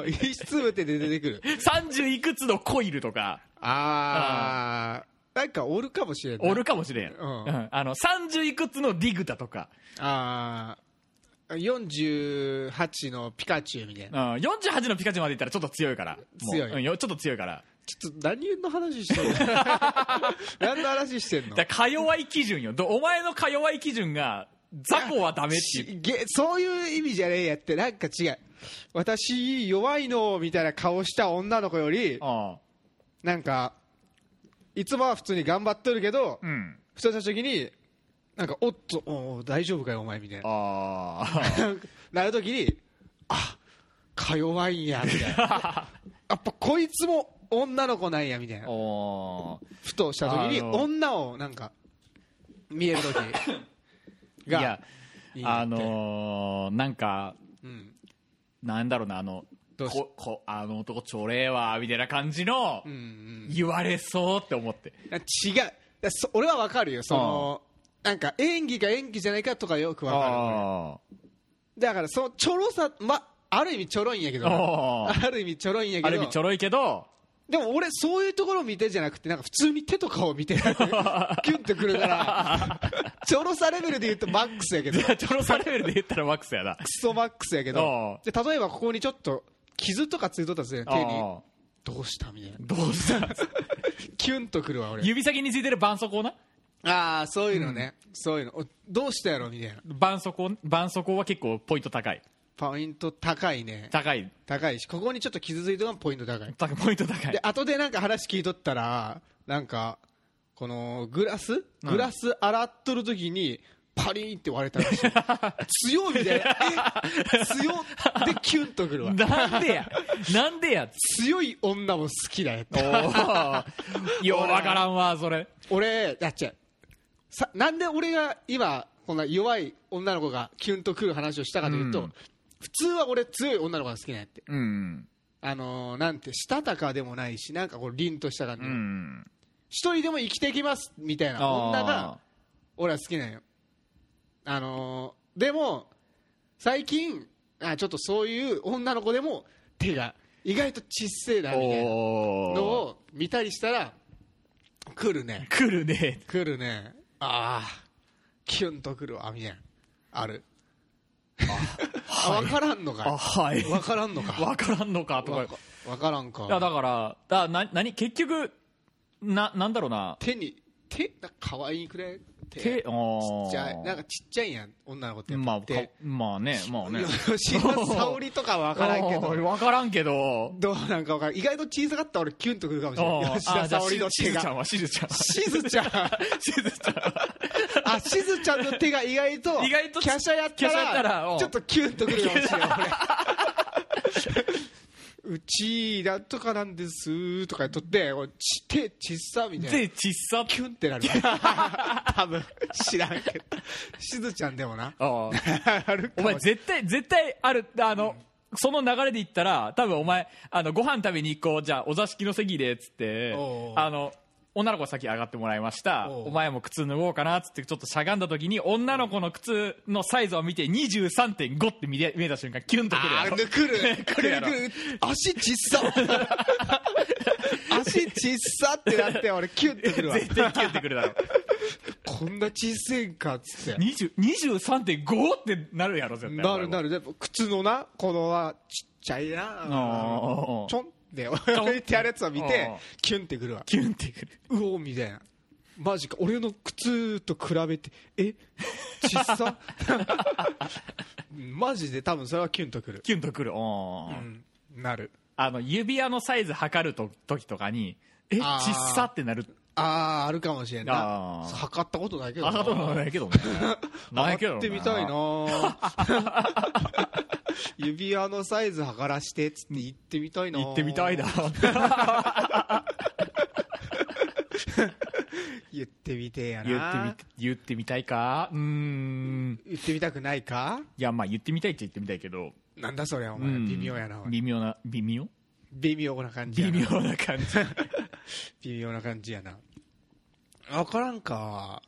Speaker 2: 石粒って出てくる
Speaker 1: 30いくつのコイルとか
Speaker 2: あーなんかおるかもしれんない
Speaker 1: おるかもしれん、
Speaker 2: うん
Speaker 1: うんあの30いくつのディグだとか
Speaker 2: あー48のピカチュウみたい
Speaker 1: うん
Speaker 2: な
Speaker 1: 48のピカチュウまでいったらちょっと強いからもう
Speaker 2: 強い
Speaker 1: うんよちょっと強いから
Speaker 2: ちょっと何の話してんの 何の話してんの
Speaker 1: だからか弱い基準よどお前のか弱い基準が雑魚はダメっていう
Speaker 2: しげそういう意味じゃねえやってなんか違う私弱いのみたいな顔した女の子より
Speaker 1: あ
Speaker 2: なんかいつもは普通に頑張っとるけど、
Speaker 1: あうん
Speaker 2: ふとした時になんかおっとおう大丈夫かよお前みたいな
Speaker 1: ああ
Speaker 2: なるときにあか弱いんやみたいなやっぱこいつも女の子なんやみたい な
Speaker 1: おー
Speaker 2: ふとしたときに
Speaker 1: あの
Speaker 2: 女をなんか見えるとき
Speaker 1: い
Speaker 2: が
Speaker 1: や
Speaker 2: いいなって
Speaker 1: あのーなんか
Speaker 2: うん
Speaker 1: なんだろうなあの
Speaker 2: どうし
Speaker 1: ここあの男ちょれえわみたいな感じの、
Speaker 2: うんうん
Speaker 1: 言われそうって思って
Speaker 2: 違うだそ俺はわかるよそのなんか演技か演技じゃないかとかよくわかる俺
Speaker 1: あ
Speaker 2: だからそのちょろさ、ま、ある意味ちょろいんやけど
Speaker 1: お
Speaker 2: あ
Speaker 1: ー
Speaker 2: る意味ちょろいんや
Speaker 1: あ
Speaker 2: け
Speaker 1: る意
Speaker 2: ど
Speaker 1: 味ちょろいけど
Speaker 2: でも俺そういうところを見てじゃなくてなんか普通に手とかを 見てキュンとくるからちょろさレベルで言うとマックスやけど
Speaker 1: い
Speaker 2: ク
Speaker 1: やちょろさレベルで言ったらマックスやな
Speaker 2: ソマックスやけど
Speaker 1: お
Speaker 2: で例えばここにちょっと傷とかついとったらするやん手に
Speaker 1: あ
Speaker 2: どうしたみたいな
Speaker 1: ーどうした
Speaker 2: キュンとくるわ俺
Speaker 1: 指先についてる絆創膏な
Speaker 2: ああそういうのね、そういうのおどうしたやろみたいな
Speaker 1: 絆創膏絆創膏は結構ポイント高い
Speaker 2: ポイント高いね
Speaker 1: 高い
Speaker 2: 高いしここにちょっと傷ついたのがポイント高い、
Speaker 1: 高いポイント高い
Speaker 2: で後でなんか話聞いとったらなんかこのグラスグラス洗っとる時にパリーンって割れたらしい 強いみたいなえ強っでキュンとくるわ
Speaker 1: なんでやなんでや
Speaker 2: 強い女も好きだよ
Speaker 1: おーようわからんわそれ
Speaker 2: 俺やっちゃうさなんで俺が今こんな弱い女の子がキュンとくる話をしたかというと、
Speaker 1: うん
Speaker 2: 普通は俺強い女の子が好きなんやって
Speaker 1: うん
Speaker 2: あのーなんてしたたかでもないしなんかこう凛とした感じ
Speaker 1: う
Speaker 2: の、
Speaker 1: ん
Speaker 2: 一人でも生きていきますみたいな女が俺は好きなんよあのーでも最近あちょっとそういう女の子でも手が意外とちっせえなみたいな
Speaker 1: おお
Speaker 2: のを見たりしたら来るね
Speaker 1: 来るね
Speaker 2: 来るねああキュンとくるわみたいなあるあ分からんの
Speaker 1: あ
Speaker 2: か
Speaker 1: はい
Speaker 2: 分からんのか
Speaker 1: わからんのかとか
Speaker 2: わか分から
Speaker 1: い
Speaker 2: ん
Speaker 1: や
Speaker 2: か
Speaker 1: だからだな何結局ななんだろうな
Speaker 2: 手に手なんか可愛いくらい
Speaker 1: 手あー
Speaker 2: ちっちゃいなんかちっちゃいやん女の子ってやっぱ
Speaker 1: まあ
Speaker 2: 手
Speaker 1: かまあねまあね
Speaker 2: 吉田沙保里とかは分からんけ ど
Speaker 1: 分からんけど
Speaker 2: どうなんか分からん意外と小さかったら俺キュンとくるかもしれ
Speaker 1: お
Speaker 2: ない
Speaker 1: ー
Speaker 2: 吉田
Speaker 1: あじゃあ
Speaker 2: 沙保里の
Speaker 1: ししずち
Speaker 2: 手
Speaker 1: ゃ
Speaker 2: が
Speaker 1: んはしずちゃんは
Speaker 2: しずちゃん
Speaker 1: しずちゃんは
Speaker 2: あしずちゃんの手が意外と
Speaker 1: 意外と
Speaker 2: 華奢やっ
Speaker 1: 華奢やったたら
Speaker 2: ら
Speaker 1: うん
Speaker 2: ちょっとキュンとくるかもしれない俺うちなんとかなんですとか言っとって俺ち手ちっさみたいな
Speaker 1: でちっさ
Speaker 2: キュンって なる多分知らんけどしずちゃんでもな
Speaker 1: あー
Speaker 2: あるか
Speaker 1: お
Speaker 2: も
Speaker 1: 前絶対絶対あるあの、その流れで言ったら多分お前あのご飯食べに行こうじゃあお座敷の席でっつって
Speaker 2: おうおう
Speaker 1: あの女の子先上がってもらいました
Speaker 2: おう
Speaker 1: お前も靴脱ごうかなっつってちょっとしゃがんだ時に女の子の靴のサイズを見て23.5って見れ見えた瞬間キュンとくるや
Speaker 2: あ
Speaker 1: ろ
Speaker 2: ーくる
Speaker 1: 来るやろ
Speaker 2: 来る足ちっさ 足ちっさってなって俺キュンってくるわ
Speaker 1: 絶対キュンってくるだろ
Speaker 2: こんな小せんかっつって
Speaker 1: 20 23.5ってなるやろ絶対
Speaker 2: なるな
Speaker 1: る
Speaker 2: るでも靴のなこのはちっちゃいな
Speaker 1: あー
Speaker 2: ちょんって置いてあるやつを見て
Speaker 1: あー
Speaker 2: キュンってくるわ
Speaker 1: キュンってくる
Speaker 2: うおーみたいなマジか俺の靴と比べてえちっさ マジで多分それはキュンとくる、
Speaker 1: キュンとくるおー
Speaker 2: うん、なる
Speaker 1: あの指輪のサイズ測ると時とかにえちっ
Speaker 2: あー
Speaker 1: さってなる
Speaker 2: あああるかもしれんな
Speaker 1: あー
Speaker 2: 測ったことないけど
Speaker 1: あ
Speaker 2: な
Speaker 1: なたのないけど ね。ないけど
Speaker 2: やってみたいな ぁ指輪のサイズ測らしてっつって行ってみたいなぁ
Speaker 1: 行ってみた いな。
Speaker 2: 言ってみてえやな
Speaker 1: 言ってみ、言ってみたいかうーん。
Speaker 2: 言ってみたくないか
Speaker 1: いや、まあ言ってみたいっちゃ言ってみたいけど。
Speaker 2: なんだそれお
Speaker 1: う
Speaker 2: 前
Speaker 1: ん
Speaker 2: 微妙やなおい
Speaker 1: 微妙な、微妙
Speaker 2: 微妙な感じや
Speaker 1: 微
Speaker 2: な
Speaker 1: 妙な感じ。
Speaker 2: 微妙な感じやな分からんか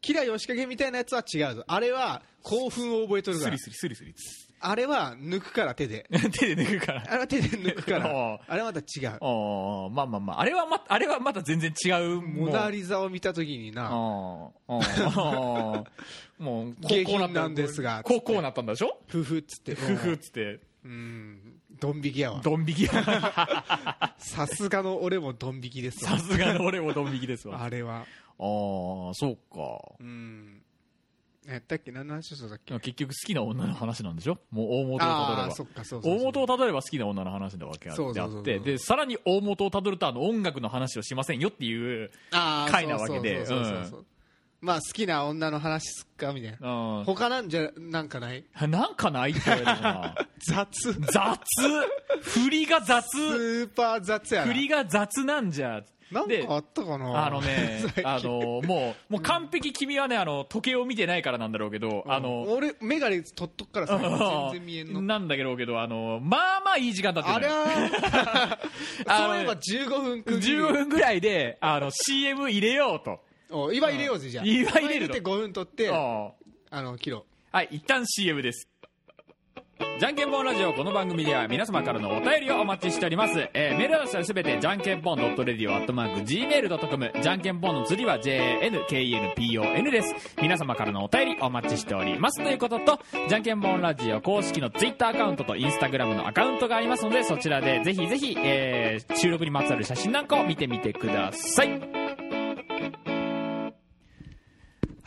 Speaker 2: キラヨシカゲみたいなやつは違うぞあれは興奮を覚えとるか
Speaker 1: ス
Speaker 2: ら
Speaker 1: リスリスリス リ。
Speaker 2: あれは抜くから手で
Speaker 1: 手で抜くから。
Speaker 2: あれは手で抜く か
Speaker 1: お
Speaker 2: ら
Speaker 1: う
Speaker 2: あれはまた違う
Speaker 1: おーまあまあまあ。あれはま、あれはまた全然違う。
Speaker 2: モナ
Speaker 1: リ。
Speaker 2: リザを見た時に
Speaker 1: あ
Speaker 2: な
Speaker 1: ーあー もう、こ
Speaker 2: 下
Speaker 1: こう
Speaker 2: 品
Speaker 1: った
Speaker 2: なんですが
Speaker 1: こう、こうなったんだでしょ
Speaker 2: ふふっつって
Speaker 1: ふふっつって、
Speaker 2: うんドン引きやわ
Speaker 1: ドン引き。
Speaker 2: さすがの俺もドン引きです
Speaker 1: さ
Speaker 2: わ
Speaker 1: すがの俺もドン引きですわ。あ
Speaker 2: あれは
Speaker 1: あー、そうか。
Speaker 2: うんやったっけ何の話をしたっけ
Speaker 1: でも結局好きな女の話なんでしょもう大元をたど
Speaker 2: あ
Speaker 1: れ
Speaker 2: あ
Speaker 1: ば
Speaker 2: そっかそうそう
Speaker 1: 大
Speaker 2: そう
Speaker 1: 元をたどれば好きな女の話なわけであ
Speaker 2: そうそうそう
Speaker 1: っ
Speaker 2: そ
Speaker 1: て
Speaker 2: う
Speaker 1: でさらに大元をたどるとあの音楽の話をしませんよっていう
Speaker 2: あー
Speaker 1: 回なわけで
Speaker 2: そうそうそうそうそうそうまあ好きな女の話すっかみたいな
Speaker 1: うん
Speaker 2: 他なんじゃなんかない
Speaker 1: なんかないって言われる な
Speaker 2: 雑
Speaker 1: 雑振りが
Speaker 2: ス
Speaker 1: 雑
Speaker 2: ーパー雑やな
Speaker 1: 振りが雑なんじゃ
Speaker 2: なん
Speaker 1: で
Speaker 2: かあったかな
Speaker 1: あのね
Speaker 2: 最、近
Speaker 1: あのもう、もう完璧君はね、あの時計を見てないからなんだろうけど、あの。
Speaker 2: 俺眼鏡取っとくからさ全然見えん の
Speaker 1: なんだけどけど、あの、まあまあいい時間だった
Speaker 2: あれは
Speaker 1: あの
Speaker 2: そういえば15分区切り
Speaker 1: 15分ぐらいで、あの、CM 入れようと。
Speaker 2: お今入れようぜじゃあ
Speaker 1: 今入れるの
Speaker 2: て5分取って
Speaker 1: うん
Speaker 2: あの切ろう
Speaker 1: はい、一旦 CM です。じゃんけんぽんラジオ、この番組では皆様からのお便りをお待ちしております。えーメールアドレスはすべて、じゃんけんぽん .radio.gmail.com、じゃんけんぽんの釣りは jnknpon です。皆様からのお便りお待ちしております。ということと、じゃんけんぽんラジオ公式の Twitter アカウントと Instagram のアカウントがありますので、そちらでぜひぜひ、えー収録にまつわる写真なんかを見てみてください。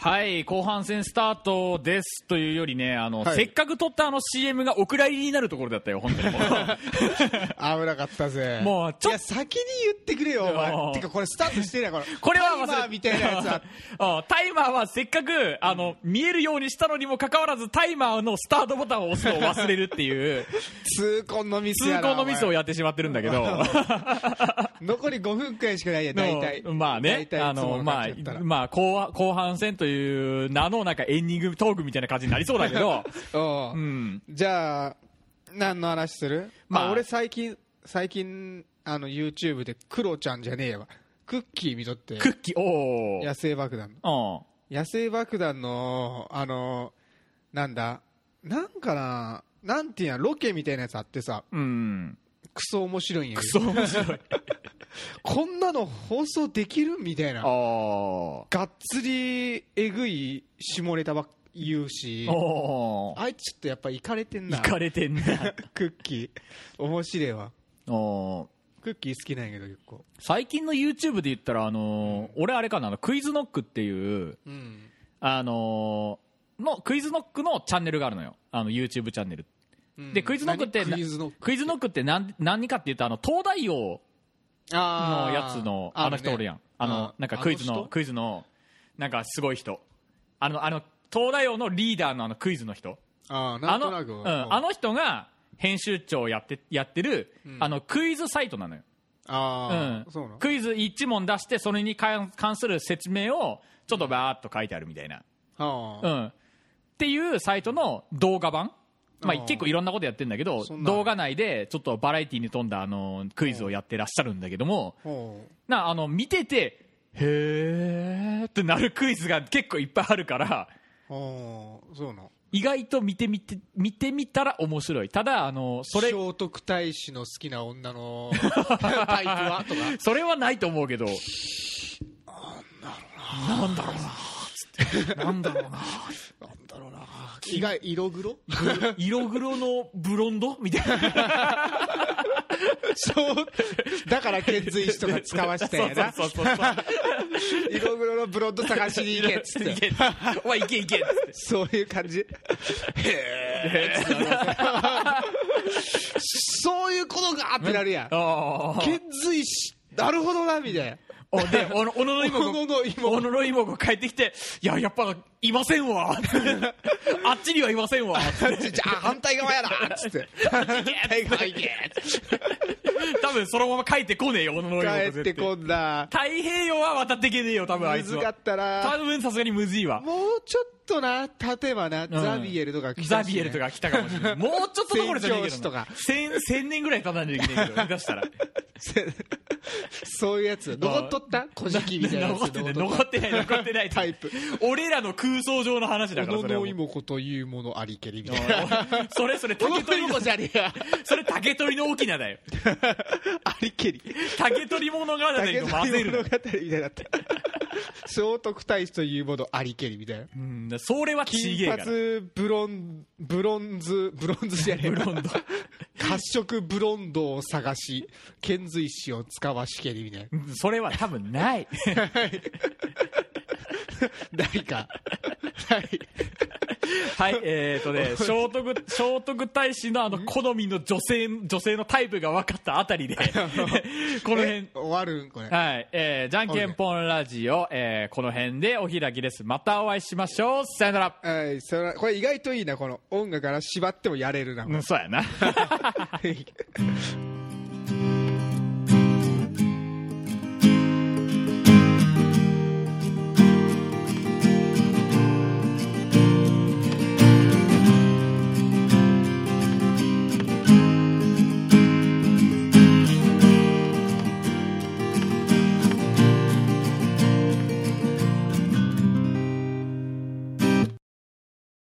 Speaker 1: はい、後半戦スタートですというよりね、あの、
Speaker 2: はい
Speaker 1: せっかく撮ったあの CM がお蔵入りになるところだったよ、本当 にもう。
Speaker 2: 危なかったぜ
Speaker 1: もうちょっと
Speaker 2: いや先に言ってくれよお
Speaker 1: お
Speaker 2: 前
Speaker 1: う
Speaker 2: てかこれスタートしてないから
Speaker 1: これは忘れ
Speaker 2: タイマーみたいなやつ あ
Speaker 1: あタイマーはせっかく、あの、見えるようにしたのにもかかわらず、タイマーのスタートボタンを押すのを忘れるって いう、
Speaker 2: 痛恨のミス
Speaker 1: 通
Speaker 2: やな
Speaker 1: 行のミスを
Speaker 2: や
Speaker 1: やってしまってるんだけど。
Speaker 2: 残り5分くらいしかないや大体
Speaker 1: のまあね
Speaker 2: 大、体
Speaker 1: あ
Speaker 2: いつも
Speaker 1: の、
Speaker 2: の
Speaker 1: ま
Speaker 2: 感
Speaker 1: あ
Speaker 2: じだったら、
Speaker 1: まあ、後半後半戦という名のなんかエンディングトークみたいな感じになりそうだけ ど、
Speaker 2: おう
Speaker 1: うん。
Speaker 2: じゃあ何の話する
Speaker 1: まあ
Speaker 2: まあ俺最近最近あの YouTube でクロちゃんじゃねえわクッキー見とって
Speaker 1: クッキー、おー
Speaker 2: 野生爆弾の
Speaker 1: うん。
Speaker 2: 野生爆弾のあのなんだなんかななんていうんやロケみたいなやつあってさ
Speaker 1: うん。
Speaker 2: クソ面白いんや
Speaker 1: ク
Speaker 2: け
Speaker 1: ソ
Speaker 2: ど
Speaker 1: 面白 い。
Speaker 2: こんなの放送できるみたいな
Speaker 1: あ
Speaker 2: がっつりえぐい下ネタばっ言うし
Speaker 1: あ。お
Speaker 2: あいつちょっとやっぱいかれてん
Speaker 1: い
Speaker 2: な
Speaker 1: かれてんな。
Speaker 2: クッキー面白いわ
Speaker 1: おー
Speaker 2: クッキー好きなんやけど結構
Speaker 1: 最近の YouTube で言ったら、あのー俺あれかな、あのクイズノックっていう、
Speaker 2: うん
Speaker 1: あのーの、クイズノックのチャンネルがあるのよ。あの YouTube チャンネル。で、クイズノックって、
Speaker 2: 何クイズノック
Speaker 1: クイズノックって何何かって言うと、あの、東大王の
Speaker 2: あー
Speaker 1: やつの、あの人おるやん。あの、なんかクイズの、クイズの、なんかすごい人。あの、あの、東大王のリーダーのあのクイズの人。
Speaker 2: あ人あーな
Speaker 1: あ
Speaker 2: んと
Speaker 1: の
Speaker 2: なく
Speaker 1: うん、あの人が編集長をやってやってる、
Speaker 2: うん
Speaker 1: あのクイズサイトなのよ、
Speaker 2: あー
Speaker 1: うん
Speaker 2: そうなの
Speaker 1: クイズ1問出してそれに関関する説明をちょっとバーっと書いてあるみたいな、う
Speaker 2: あー
Speaker 1: ん、っていうサイトの動画版、まあ、
Speaker 2: あー
Speaker 1: 結構いろんなことやってるんだけど
Speaker 2: そんなの
Speaker 1: 動画内でちょっとバラエティに富んだあのクイズをやってらっしゃるんだけども
Speaker 2: ほう
Speaker 1: なあの見ててへーってなるクイズが結構いっぱいあるから。
Speaker 2: ほうそうなの
Speaker 1: 意外と見てみて見てみたら面白いただあのそれ
Speaker 2: 聖徳太子の好きな女 のタイプはとか
Speaker 1: それはないと思うけど。なんだろうな。なんだろうな。
Speaker 2: なんだろうな意外色黒
Speaker 1: 色黒のブロンドみたいな。
Speaker 2: そうだから遣隋使とか使わした んやな
Speaker 1: そうそうそうそう。
Speaker 2: 色黒のブロンド探しに行けっつっ
Speaker 1: い
Speaker 2: て
Speaker 1: けお前いけいけっつって
Speaker 2: そういう感じへえ そういうことがってなるやん
Speaker 1: あー
Speaker 2: 遣隋使なるほどなみたいな
Speaker 1: おで、おの、おのろいも
Speaker 2: おののいも
Speaker 1: おのろいもご帰ってきて、いや、やっぱ、いません わ。あっちにはいませんわ。
Speaker 2: じゃあ反対側やなっつって 反対側行け
Speaker 1: 多分そのまま帰ってこねえよ、おのろいもご絶
Speaker 2: 帰っ
Speaker 1: 対
Speaker 2: てこんな
Speaker 1: 太平洋は渡ってけねえよ、多分あい
Speaker 2: 難
Speaker 1: つ
Speaker 2: か
Speaker 1: は
Speaker 2: っ。た
Speaker 1: 多
Speaker 2: ら
Speaker 1: 分さすがにむずいわ。
Speaker 2: もうちょっとな例えばな、ザビエルとか来
Speaker 1: ザ
Speaker 2: たしね
Speaker 1: ビエルとか来たかもしれない。もうちょっとどころじゃねえけ
Speaker 2: 宣教師
Speaker 1: ど
Speaker 2: と
Speaker 1: な
Speaker 2: か。
Speaker 1: 千、千年ぐらい経たんじゃいけないけど、出したら。
Speaker 2: そういうやつ残っとった古事記みたいなやつ
Speaker 1: 残ってない、残ってない、残ってない。
Speaker 2: タイプ。
Speaker 1: 俺らの空想上の話だから、
Speaker 2: 小
Speaker 1: そ
Speaker 2: 野
Speaker 1: れはも
Speaker 2: の
Speaker 1: う。
Speaker 2: 妹子というものありけりみたいな
Speaker 1: おいそれそれ竹取 の
Speaker 2: ゃねえや
Speaker 1: それ竹取の翁だよ
Speaker 2: ありけり
Speaker 1: 竹取物語と
Speaker 2: 竹
Speaker 1: 混ぜ
Speaker 2: 取
Speaker 1: る
Speaker 2: 物
Speaker 1: の
Speaker 2: 語みたいになった 聖徳太子というものありけりみたいな
Speaker 1: うんそれはちげ
Speaker 2: 金
Speaker 1: えから
Speaker 2: 髪ブロンブロンズブロンズじゃねえ
Speaker 1: ブ
Speaker 2: わ
Speaker 1: ロンド
Speaker 2: 褐色ブロンドを探し遣隋使を使わしけりみたい
Speaker 1: うんそれは多分ない
Speaker 2: なないかない
Speaker 1: はい、えーと ね、聖徳、聖徳太子のあの、好みの女性、女性のタイプが分か ったあたりで、この辺
Speaker 2: え、終わるんこれ
Speaker 1: はい、えー、じゃんけんぽんラジオ、えー、この辺でお開きです。またお会いしましょう。さよなら。
Speaker 2: はいそれこ れ意外といいなこの音楽から縛ってもやれるな
Speaker 1: うん、そうやな。
Speaker 2: はい